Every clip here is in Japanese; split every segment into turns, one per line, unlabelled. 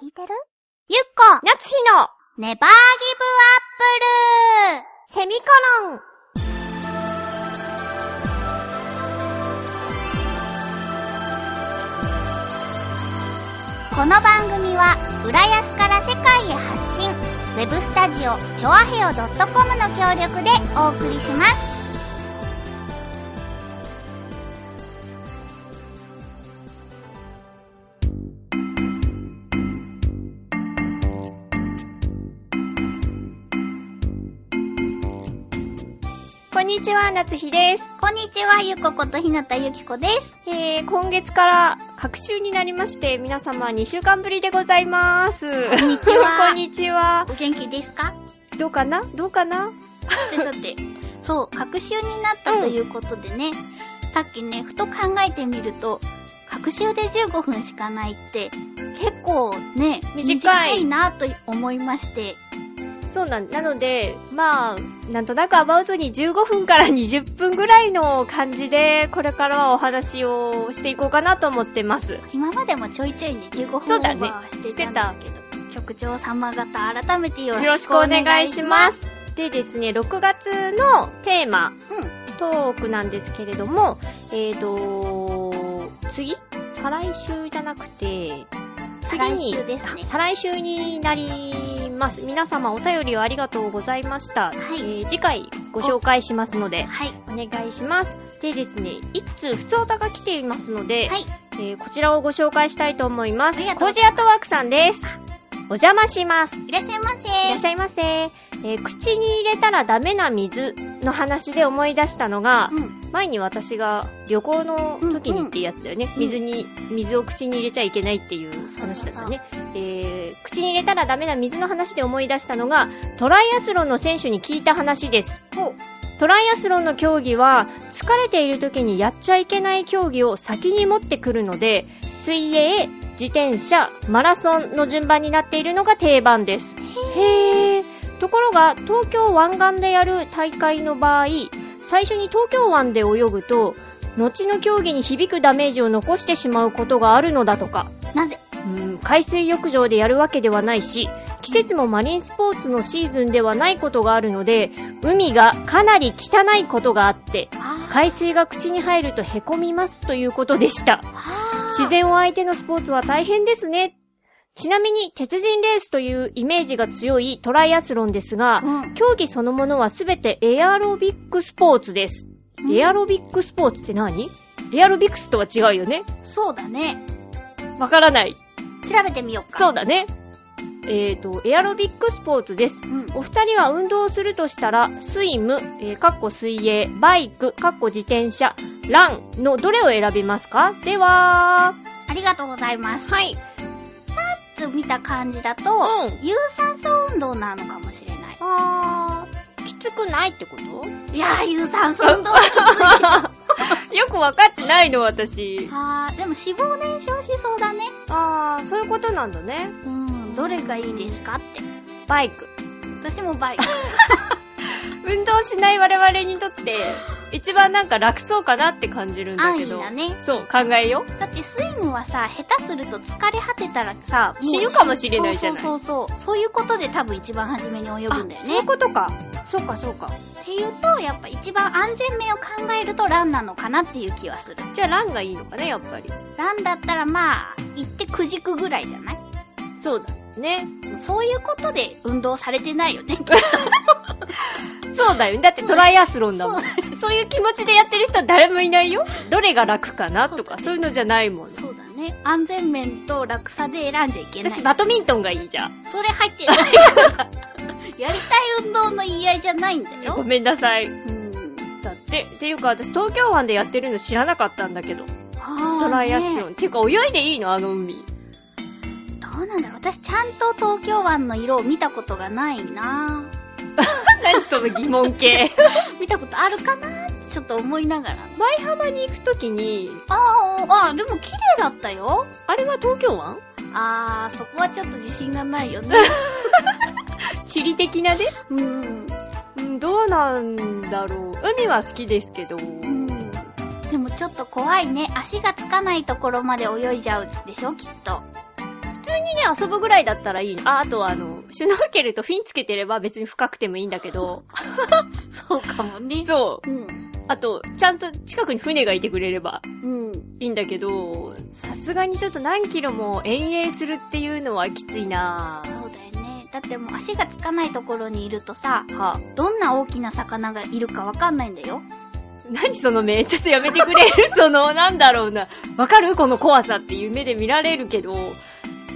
聞いてるゆっこ
夏日の
ネバーギブアップル
セミコロン
この番組は浦安から世界へ発信ウェブスタジオチョアヘオ .com の協力でお送りします
こんにちは、夏日です。
こんにちはゆこことひなたゆきこです
えー、今月から、各週になりまして、皆様2週間ぶりでございます。こ
んにちは
こんにちは。
お元気ですか
どうかなどうかな
ってさてそう隔週になったということでね、さっきねふと考えてみると隔週で15分しかないって結構ね
短い
なと思いまして
そうなん、なので、まあ、なんとなくアバウトに15分から20分ぐらいの感じで、これからはお話をしていこうかなと思ってます。
今までもちょいちょいね15分オ
そう
ー
だ
バ
ね
ーはしてたんですけど、局長様方改めてよ
よろ
ろ
し
し
く
く
お
お
願
願
い
い
し
し
ま
ますす。
でですね、6月のテーマ、トークなんですけれども、えーと、次再来週じゃなくて、
再
次
来
に
週ですね
あ再来週になります。皆様お便りをありがとうございました。
い
えー次回ご紹介しますので、
はい
お願いします。でですね、一通普通歌が来ていますので、
はい
えーこちらをご紹介したいと思います。
ありがとう
コージアットワークさんです。お邪魔します。
いらっしゃいませ
いらっしゃいませ。えー口に入れたらダメな水の話で思い出したのが、
うん
前に私が旅行の時にっていうやつだよね。
うん
水に、水を口に入れちゃいけないっていう話だったね。えー口に入れたらダメな水の話で思い出したのが、トライアスロンの選手に聞いた話です。
ほう
トライアスロンの競技は、疲れている時にやっちゃいけない競技を先に持ってくるので、水泳、自転車、マラソンの順番になっているのが定番です。へー。ところが、東京湾岸でやる大会の場合、最初に東京湾で泳ぐと、後の競技に響くダメージを残してしまうことがあるのだとか。
なぜ
うん海水浴場でやるわけではないし季節もマリンスポーツのシーズンではないことがあるので海がかなり汚いことがあって
あ
海水が口に入るとへこみますということでした
ーあ
自然を相手のスポーツは大変ですねちなみに鉄人レースというイメージが強いトライアスロンですが、
うん
競技そのものはすべてエアロビックスポーツです、
うん
エアロビックスポーツって何エアロビックスとは違うよね
そうだね
わからない
調べてみようか
そう
う
だね。えっ、と、エアロビックスポーツです。
うん
お二人は運動をするとしたら、スイム、えー、かっこ水泳、バイク、かっこ自転車、ランのどれを選びますかでは、
ありがとうございます
はい。
ちょっと見た感じだと、
うん。
有酸素運動なのかもしれな
あー、きつくないってこと
いいやー有酸素運動はきつい
よくわかってないの、私。
あーでも脂肪燃焼しそうだね
あー、そういうことなんだね。
うんどれがいいですかって
バイク。
私もバイク
運動しない我々にとって、一番なんか楽そうかなって感じるんだ
安
け
易
ど。
だね
そう、考えよう。
だってスイムはさ下手すると疲れ果てたらさ
死ぬかもしれないじゃない
そうそうそうそうそういうことで多分一番初めに泳ぐんだよ
あそうい
ね
うことか。そうか、そうか。
っていうとやっぱ一番安全面を考えるとランなのかなっていう気はする
じゃあ、ランがいいのかね、やっぱり。
ランだったらまあ行ってくじくぐらいじゃない
そうだね。
そういうことで運動されてないよね
そうだよね。だってトライアスロンだもん。そういう気持ちでやってる人は誰もいないよ。どれが楽かなとか、そういうのじゃないもん。
そうだね安全面と楽さで選んじゃいけない
私、バドミントンがいいじゃん。
それ入ってないからやりたい運動の言い合いじゃないんだ
ご
よ
めんなさい。
うん
だって、っていうか私、東京湾でやってるの知らなかったんだけど。ト
ト
ライアスロン。
ン
っていうか、泳いでいいのあの海。
どうなんだろう私ちゃんと東京湾の色を見たことがないな
何その疑問 系。
見たことあるかなってちょっと思いながら
舞浜に行くときに、
あああでも綺麗だったよ
あれは東京湾
あーそこはちょっと自信がないよ ね
地理的なね。
うん
うん、どうなんだろう。海は好きですけど。
うんでもちょっと怖いね足がつかないところまで泳いじゃうでしょきっと
通にね、遊ぶぐらいだったらいいの。あ、あとはあの、シュノーケルとフィンつけてれば別に深くてもいいんだけど、
そうかもね。。
そう
ん。
う。あと、ちゃんと近くに船がいてくれれば
うん。
いいんだけど、さすがにちょっと何キロも遠泳するっていうのはきついなぁ。
そうだよね。だってもう足がつかないところにいるとさ、
は
どんな大きな魚がいるかわかんないんだよ。
何その目ちょっとやめてくれ るその、なんだろうな。わかるこの怖さっていう目で見られるけど、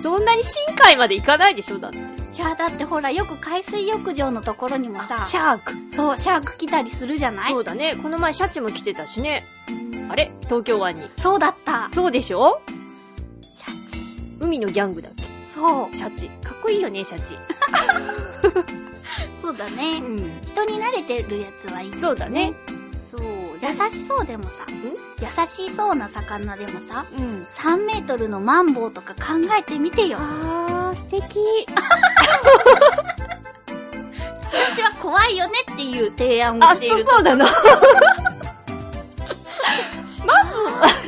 そんなに深海まで行かないでしょだって。
いや、だってほら、よく海水浴場のところにもさ、
シャーク。
そう、シャーク来たりするじゃない
そうだね。この前シャチも来てたしね。
うん
あれ東京湾に。
そうだった。
そうでしょ
シャチ。
海のギャングだっけ
そう。
シャチ。かっこいいよね、シャチ。
そうだね。
ん。
人に慣れてるやつはいい。
そうだね。そう。
優しそうでもさ、優しそうな魚でもさ、
うん。
3メートルのマンボウとか考えてみてよ。
あー、素敵。
私は怖いよねっていう提案を
あ、
し
そ
ている
う、そうだな。
っ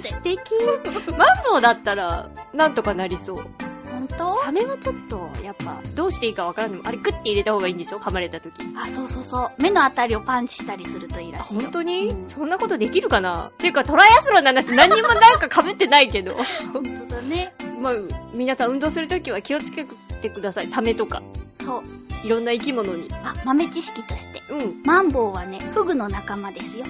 て
素敵。 マンボウだったら、なんとかなりそう。
本当
サメはちょっと、やっぱ、どうしていいかわからない。あれ、クッて入れた方がいいんでしょ噛まれた時。
あ、そうそうそう。目のあたりをパンチしたりするといいらしい
本
よ。
当に、
うん
そんなことできるかなっていうか、トライアスロンの話何にもなんか被ってないけど。
本当だね。
まあ、皆さん運動するときは気をつけてください。サメとか、
そう。
いろんな生き物に。
あ、豆知識として。
うん。
マンボウはね、フグの仲間ですよ。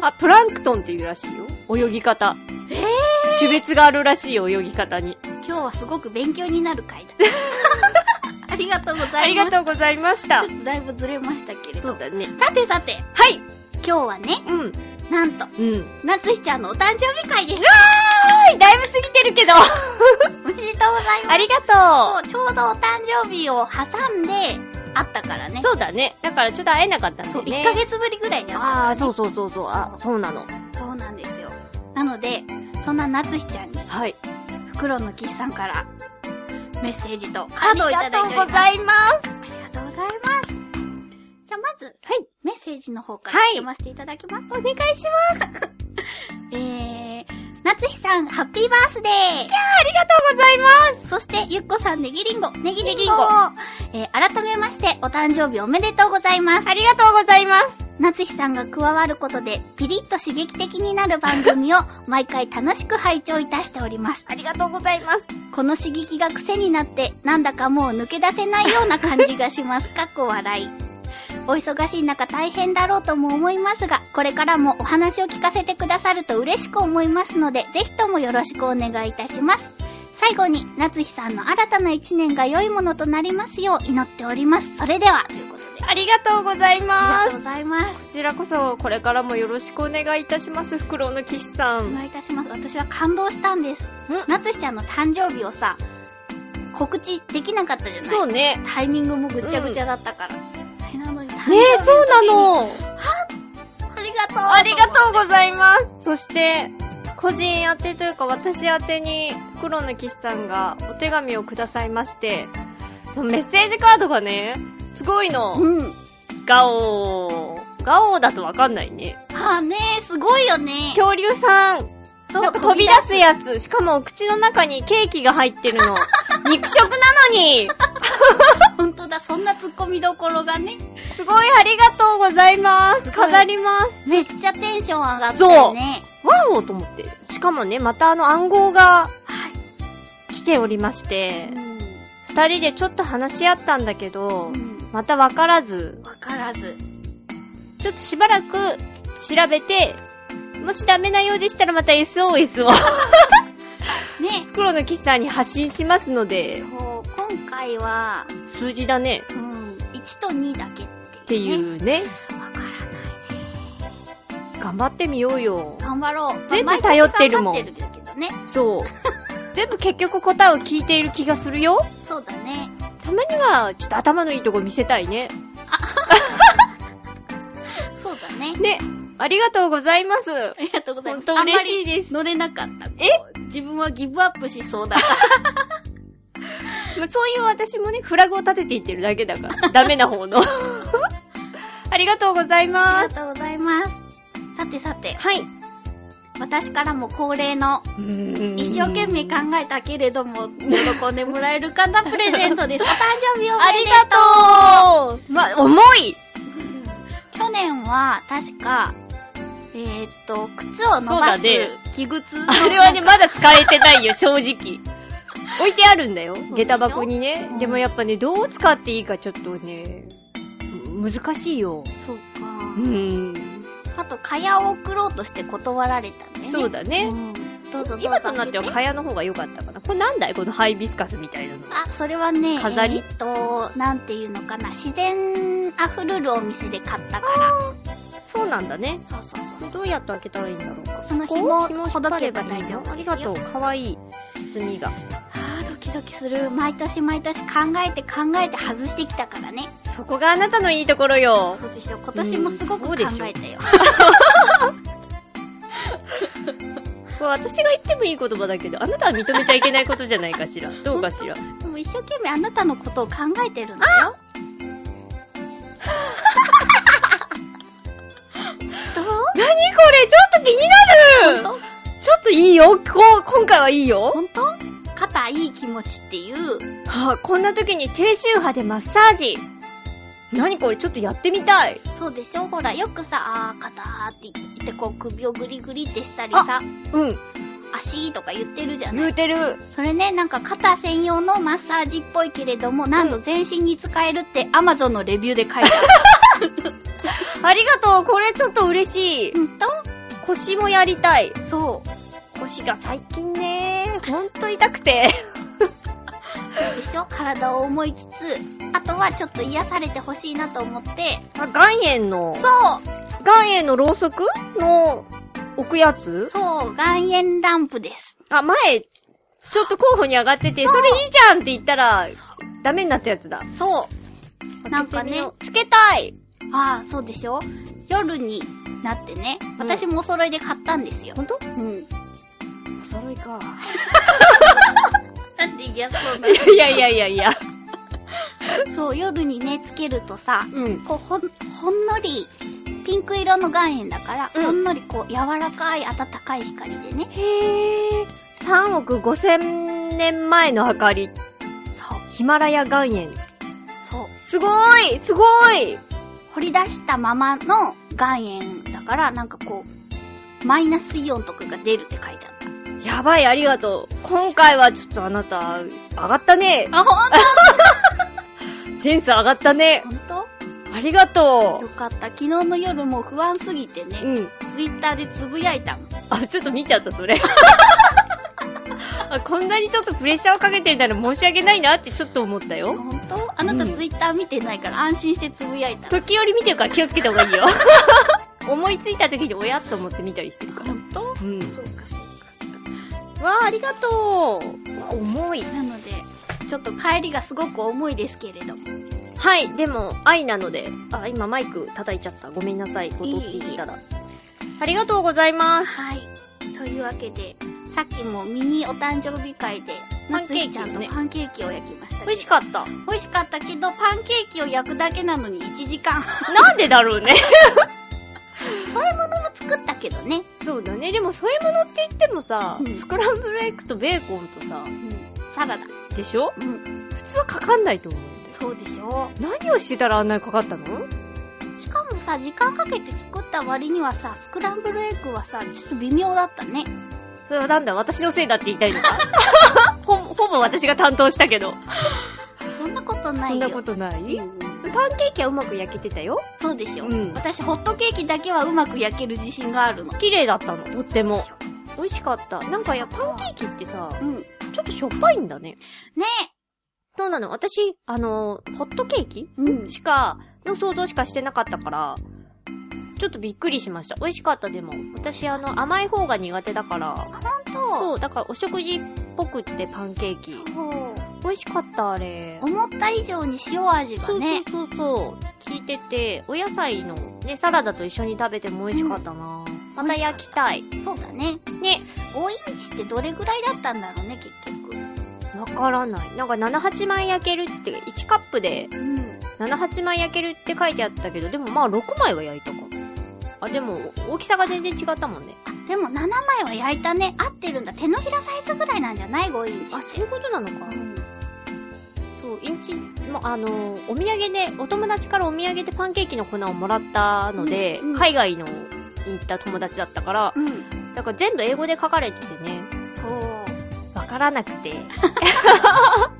あ、プランクトンっていうらしいよ。泳ぎ方。
えー
種別があるらしいよ、泳ぎ方に。
今日はすごく勉強になる回だ。 ありがとうござ
あ
い
り
ます。
がとうございました
ち。ょっとだいぶずれましたけれ
そう
ど。
だね。
さてさて、
はい
今日はね、
うん。うん。
なんと、夏日ちゃんのお誕生日会です。
はい、だいぶ過ぎてるけど。
おめでとうございま
あ
す。
りが
そ
と
う、ちょうどお誕生日を挟んで、あったからね
う。。そうだね。だからちょっと会えなかったんだ
そう、
よね。
1ヶ月ぶりぐらいにあっ
ああ、そうそうそうそう。あ、そうなの。
た。そうなんですよ。なので、そんな夏日ちゃんに、
はい。
袋の岸さんから、メッセージとカードをいただいております。
い
あ
ます。
りがとうございます。じゃあまず、
はい。
メッセージの方から
はい
読ませていただきます。
お願いします。
えー、夏日さん、ハッピーバースデー
ありがとうございま
そして、ゆっこさん、ネギリンゴ、ネギリンゴ
ネギリンゴ
えー、改めまして、お誕生日おめでとうございます。
す。ありがとうございます。
夏日さんが加わることで、ピリッと刺激的になる番組を、毎回楽しく拝聴いたしております。
ありがとうございます。
この刺激が癖になって、なんだかもう抜け出せないような感じがします。かっこ笑い。 お忙しい中大変だろうとも思いますが、これからもお話を聞かせてくださると嬉しく思いますので、ぜひともよろしくお願いいたします。最後に、夏日さんの新たな一年が良いものとなりますよう祈っております。それでは、ということで。
ありがとうござい
あり
ま
が
す。
とうございます。
こちらこそ、これからもよろしくお願いいたします、フクロウの騎士さ
お
ん。
願いいたします。私は感動したんです。夏日ちゃんの誕生日をさ、告知できなかったじゃない
そうね。
タイミングもぐっちゃぐちゃだったから。大変なのにね
ねえ、そうな。の。
ありがとう。
ありがとうございます。そして、個人宛てというか私宛てに、フクロウの騎士さんがお手紙をくださいまして、そのメッセージカードがね、すごいの。
うん。
ガオー。ガオーだとわかんないね。
あーねえ、すごいよね。
恐竜さん。
そ
なんか飛び出すやつ。しかもお口の中にケーキが入ってる の。肉食なのに。
本当だ、そんな突っ込みどころがね。
すごいありがとうございます。
ごい
飾ります。
めっちゃテンション上がったよね。
ワンオーと思って。しかもね、またあの暗号が
はい。
来ておりまして
う、ん
二人でちょっと話し合ったんだけど
う、ん。
またわからず、
わからず。
ちょっとしばらく調べて、もしダメなようでしたらまた SOS を
ね。
黒の岸さんに発信しますので、
こう、今回は、
数字だね。
うん、1と2だけっ
ってて
いう、ね。
いうね。
わからない。
頑張ってみようよ。
頑張ろう。
全部頼ってるもん
まあ毎年頑張ってるけどね。
そう。全部結局答えを聞いている気がするよ。
そうだね。
たまには、ちょっと頭のいいとこ見せたいね。
そうだね。
ね。ありがとうございます。
ありがとうございま
本
す。
当嬉しいです。ま
乗れなかった。
え
こう自分はギブアップしそうだ。
あそういう私もね、フラグを立てていってるだけだから。ダメな方 の。ありがとうござい
あ
ま
り
す。
がとうございます。さてさて、
はい。
私からも恒例の一生懸命考えたけれども喜んでもらえるかなプレゼント です。お誕生日お
あ
め
り
でとう
がとうま、重い
去年は確か、えーっと、靴を伸ば
そうだ
す
ね
器具通
それはね、まだ使えてないよ、正直。 置いてあるんだよ、
ょ
下駄箱にね
う。ん
でもやっぱね、どう使っていいかちょっとね、む難しいよ。
そう
う
か。
ん。
あと、蚊帳を送ろうとして断られたんだよね。
そうだね。
うんどうぞどうぞ。
今となっては、蚊帳の方が良かったかな。これなんだいこのハイビスカスみたいなの。
あ、それはね、
飾り
えーっと、なんていうのかな、自然あふれるお店で買ったから。
そうなんだね。
そうそうそうそう。
どうやって開けたらいいんだろうか。
その
こう
紐を
紐を
ほ
引っ
ど
張
け
れば
ば
いい
大丈
の
夫
あ
で
り
すよ。
がとう。かわいい。包みが。
あードキドキする。毎年毎年考えて考えて外してきたからね。
そこがあなたのいいところよ。
そうでしょ。今年もすごく
うんそ
考
うでしょ
えたよ。
これ私が言ってもいい言葉だけど、あなたは認めちゃいけないことじゃないかし ら。どうかしら。
で も一生懸命あなたのことを考えてるんだよ。 どう
何これちょっと気になる
本
ちょっといいよこう今回はいい
当
よ
本当肩いい気持ちっていう。
はあ、こんな時に低周波でマッサージ何これちょっとやってみたい
そうでしょほら、よくさ、あー肩ーって言って、こう首をグリグリってしたりさ、
うん、
足とか言ってるじゃな
言う
い
てる。
それね、なんか肩専用のマッサージっぽいけれども、なんと全身に使えるってアマゾンのレビューで書いてある。
ありがとうこれちょっと嬉しい
うんと
腰もやりたい
そう。
腰が最近ね、ほんと痛くて。
でしょ体を思いつつ、あとはちょっと癒されてほしいなと思って、
あ、岩塩の、
そ
岩塩のろうそくの置くやつ
うそう、岩塩ランプです。
あ、前、ちょっと候補に上がってて、それいいじゃんって言ったら、ダメになったやつだ。
そう。なんかね、
つけたい
ああ、そうでしょ夜になってね、私もお揃いで買ったんですよ。
本当？
うん。
お揃いか。
なんで嫌そうない
やいやいやいや。
の そう、夜にね、つけるとさ、
うん。
こう、ほん、ほんのり、ピンク色の岩塩だから、
うん
ほんのりこう、柔らかい暖かい光でね、
へえ。3億5千年前の明かり。
そう、
ヒマラヤ岩塩。
そう、
すごいすごい
掘り出したままの岩塩だから、なんかこう、マイナスイオンとかが出るって書いてあっ
やばい、ありがとう。今回はちょっとあなた、上がったね。
た。あ、ほん
センス上がったね。
とほん
ありが
と
と
よかった。昨日の夜も不安すぎて
う。
ね、
うん。
ツイッターでつぶやいたの。
あ、ちょっと見ちゃった、それ。あこんなにちょっとプレッシャーをかけてるなら申し訳ないなってちょっと思ったよ。
ほんとあなたツイッター見てないから安心してつぶやいたの。
時折見てるから気をつけた方がいいよ。思いついた時におやっと思って見たりしてるか
ほ
ら。
んと
うん。
そうかそう
わあ、ありがとう。重い
か。。なので、ちょっと帰りがすごく重いですけれども。
はい、でも、愛なので。あ、今マイク叩いちゃった。ごめんなさい。ごとって言ったら。ありがとうございます。
はい。というわけで、さっきもミニお誕生日会で、
パ
夏
ンケーキ
日ちゃんと
ね
パンケーキを焼きましたけど
美味しかった。
美味しかったけど、パンケーキを焼くだけなのに1時間。
なんでだろうね。
そういうものも作ったけどね。
そうだね。でも、添え物って言ってもさ、
うん
スクランブルエッグとベーコンとさ、
サラダ。
でしょ
うん。
普通はかかんないと思う。
そうでしょ
何をしてたらあんなにかかったの
しかもさ、時間かけて作った割にはさ、スクランブルエッグはさ、ちょっと微妙だったね。
それはなんだ、私のせいだって言いたいの かほほぼ私が担当したけど。
そんなことない
そん
よ。
なことない、
うん
パンケーキはうまく焼けてたよ。
そうでしょ、
うん
私、ホットケーキだけはうまく焼ける自信があるの。
綺麗だったの、とっても。美味しかった。なんかや、パンケーキってさ、
うん。ね
ちょっとしょっぱいんだね。
え
そうなの、私、あの、ホットケーキ
うん。
しか、の想像しかしてなかったから、ちょっとびっくりしました。美味しかった、でも。私、あの、甘い方が苦手だから。
そう。
そう、だからお食事っぽくってパンケーキ。
そう
美味しかった、あれ。
思った以上に塩味が
そう
ね、
そうそうそう。聞いてて、お野菜のね、サラダと一緒に食べても美味しかったな、また焼きたい。
そうだね。
ね。
5インチってどれぐらいだったんだろうね、結局。
わからない。なんか7、8枚焼けるって、1カップで
うん。
7、8枚焼けるって書いてあったけど、でもまあ6枚は焼いたかも。あ、でも、大きさが全然違ったもんね。
でも7枚は焼いたね。合ってるんだ。手のひらサイズぐらいなんじゃない ?5 インチ
あ、
っ
そう
て。
いうことなのか。
うん
そう、インチも、あの、お土産で、お友達からお土産でパンケーキの粉をもらったので、
うんうん
海外の行った友達だったから、
うん。
だから全部英語で書かれててね、
そう。
わからなくて、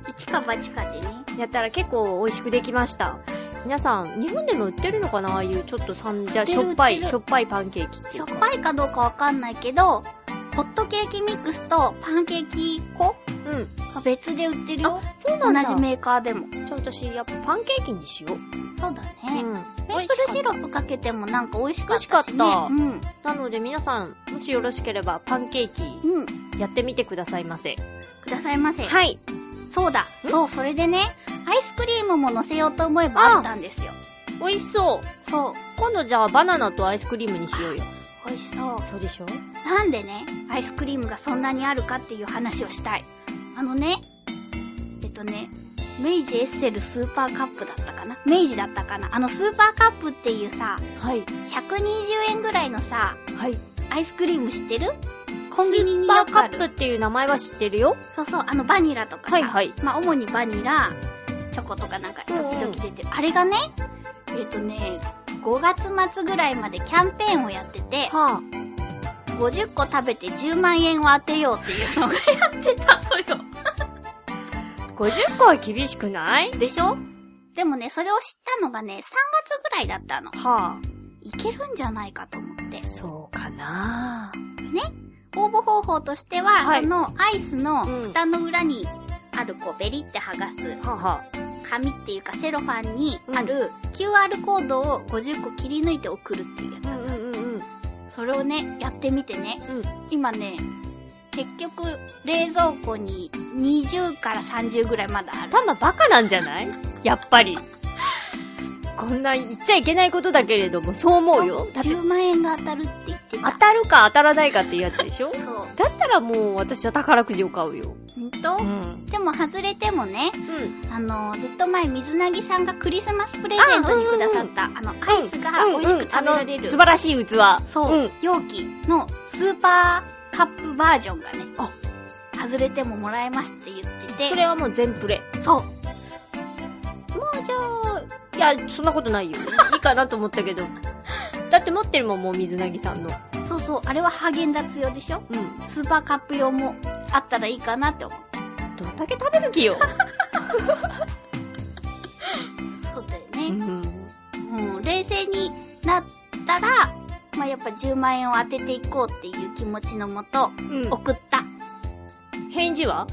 一か八かでね。
やったら結構美味しくできました。皆さん、日本でも売ってるのかなああいうちょっと三じゃ、
売って
し
る
ょっぱ
売っ
い、
てる
しょっぱいパンケーキって
し
い
ょ
う
っ
か。
ぱいかどうかわかんないけど、ホットケーキミックスとパンケーキ粉
うん。
が別で売ってるよ
あ。、そう
同
なんだ。
じメーカーでも。
じゃあ私、やっぱパンケーキにしよう。
そうだ
う
ね。
ん。
メープルシロップかけてもなんか美味しかったし、ね。
美味しかった
うん。
なので皆さん、もしよろしければパンケーキ
うん。
やってみてくださいませ。
くださいませ。
はい。
そうだ。そう、それでね、アイスクリームも乗せようと思えばあったんですよ。
美味しそう。
そう。
今度じゃあバナナとアイスクリームにしようよ。
美味しそう。
そうでしょ
なんでね、アイスクリームがそんなにあるかっていう話をしたい。あのね、えっとね、明治エッセルスーパーカップだったかな明治だったかなあのスーパーカップっていうさ、
はい。
120円ぐらいのさ、
はい。
アイスクリーム知ってるコンビニに
バ
よ
ー
く
カ
あ
ップっ
る。
ていう名前は知ってるよ。
そうそう、あのバニラとかさ。
はいはい
まあ主にバニラ、チョコとかなんか時々出てる。あれがね、えっとね、5月末ぐらいまでキャンペーンをやってて、
は
50個食べて10万円を当てようっていうのがやってたのよ。
あ。50個は厳しくない
でしょでもね、それを知ったのがね、3月ぐらいだったの。
はい
けるんじゃないかと思って
あ。。そうかな
応募方法としては、
はい
そのアイスの
うん
蓋の裏にある、こう、ベリって剥がす
はあはあ。
紙っていうかセロファンにある QR コードを50個切り抜いて送るっていうやつ
う
なんの。
うんうんうん。
それをね、やってみてね。
うん
今ね、結局、冷蔵庫に20から30ぐらいまだある。
頭バカなんじゃないやっぱり。こんな言っちゃいけないことだけれども、そう思うよ。だって、
10万円が当たるって言って
当
た。
たるか当たらないかっていうやつ でしょ
そう。
だったらもう私は宝くじを買うよ。
ほんと、
うん。
でも外れてもね、
うん。
あの、ずっと前水なぎさんがクリスマスプレゼントにくださった、あ,、の、アイスが美味しく食べられ
うんうんあ
る、
の素晴らしい器。
そう、
ん。
容器のスーパーカップバージョンがね、
あ
外れてももらえますって言ってて、
それはもう全プレ。
そう、
まあじゃあ、いや、そんなことな いよ。いいかなと思ったけど。だって持ってるもん、もう水なぎさんの。
そうそう、あれはハーゲンダッツ用でしょ
うん。
スーパーカップ用もあったらいいかなって思う。
どんだけ食べる気よ。
そうだよ
う
ね。
ん。
うん、冷静になったら、まあ、やっぱ10万円を当てていこうっていう気持ちのもと、
うん。
送った。
返事は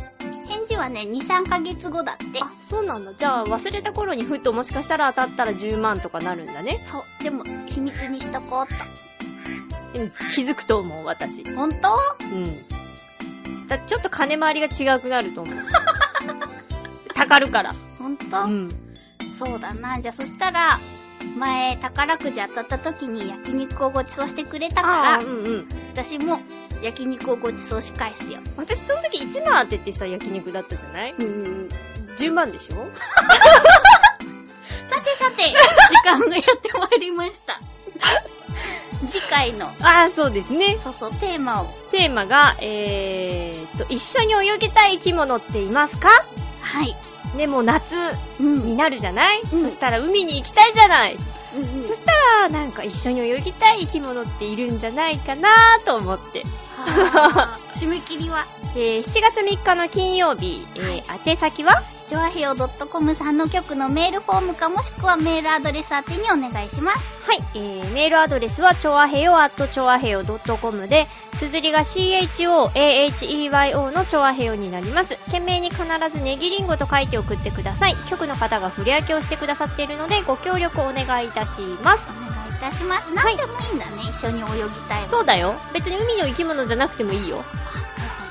返事はね、2、3ヶ月後だって。
あ、そうなんだ。じゃあ、忘れた頃にふっともしかしたら当たったら10万とかなるんだね。
そう。でも、秘密にしとこうっ
でも気づくと思う、私。
と。本当
うん。だちょっと金回りが違くなる と思う。たかるから。
本当、
ん。
そうだな。じゃあ、そしたら、前、宝くじ当たった時に焼肉をご馳走してくれた
ああ、
か
う
ら、
んうん。
私も焼肉をご馳走し返すよ。
私その時1万当ててさ、焼肉だったじゃない
うん。
?10 万でしょ
さてさて、時間がやってまいりま した。次回の、
ああ、そうですね。
そうそう、テーマを。
テーマが、えーっと、一緒に泳ぎたい生き物っていますか
はい。
ね、もう夏
うん
になるじゃない、
うん
そしたら海に行きたいじゃない、
うんうん
そしたら、なんか一緒に泳ぎたい生き物っているんじゃないかなと思って。
はあ締め切りは、
えー、7月3日の金曜日、えー、宛先は
ジョアヘオ .com さんの局のメールフォームかもしくはメールアドレス宛てにお願いします。
はい、えー、メールアドレスは、ちょわへよ、アットちょわへよ .com で、綴りが CHOAHEYO のちょわへよになります。懸命に必ずネギリンゴと書いて送ってください。局の方が振り分けをしてくださっているので、ご協力をお願いいたします
お。願いいたします。なんでもいいんだね、一緒に泳ぎたい
そうだよ。別に海の生き物じゃなくてもいいよ。
なる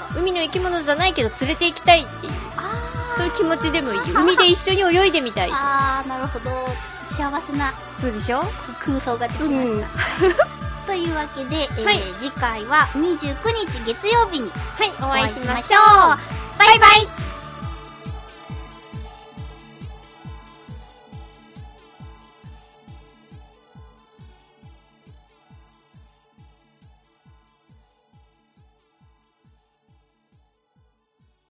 ほど。
海の生き物じゃないけど連れて行きたいっていう、
あ
そういう気持ちでもいいよ。海で一緒に泳いでみたい
ー、。あー、なるほど。ちょっと幸せな
そうでしょ
空想ができま
うん
した。というわけで、えー
はい
次回は29日月曜日に
はい、お
お
会
会
い
い
し
し
ま
ま
し
し
ょ
ょ
う
う。。バイバイ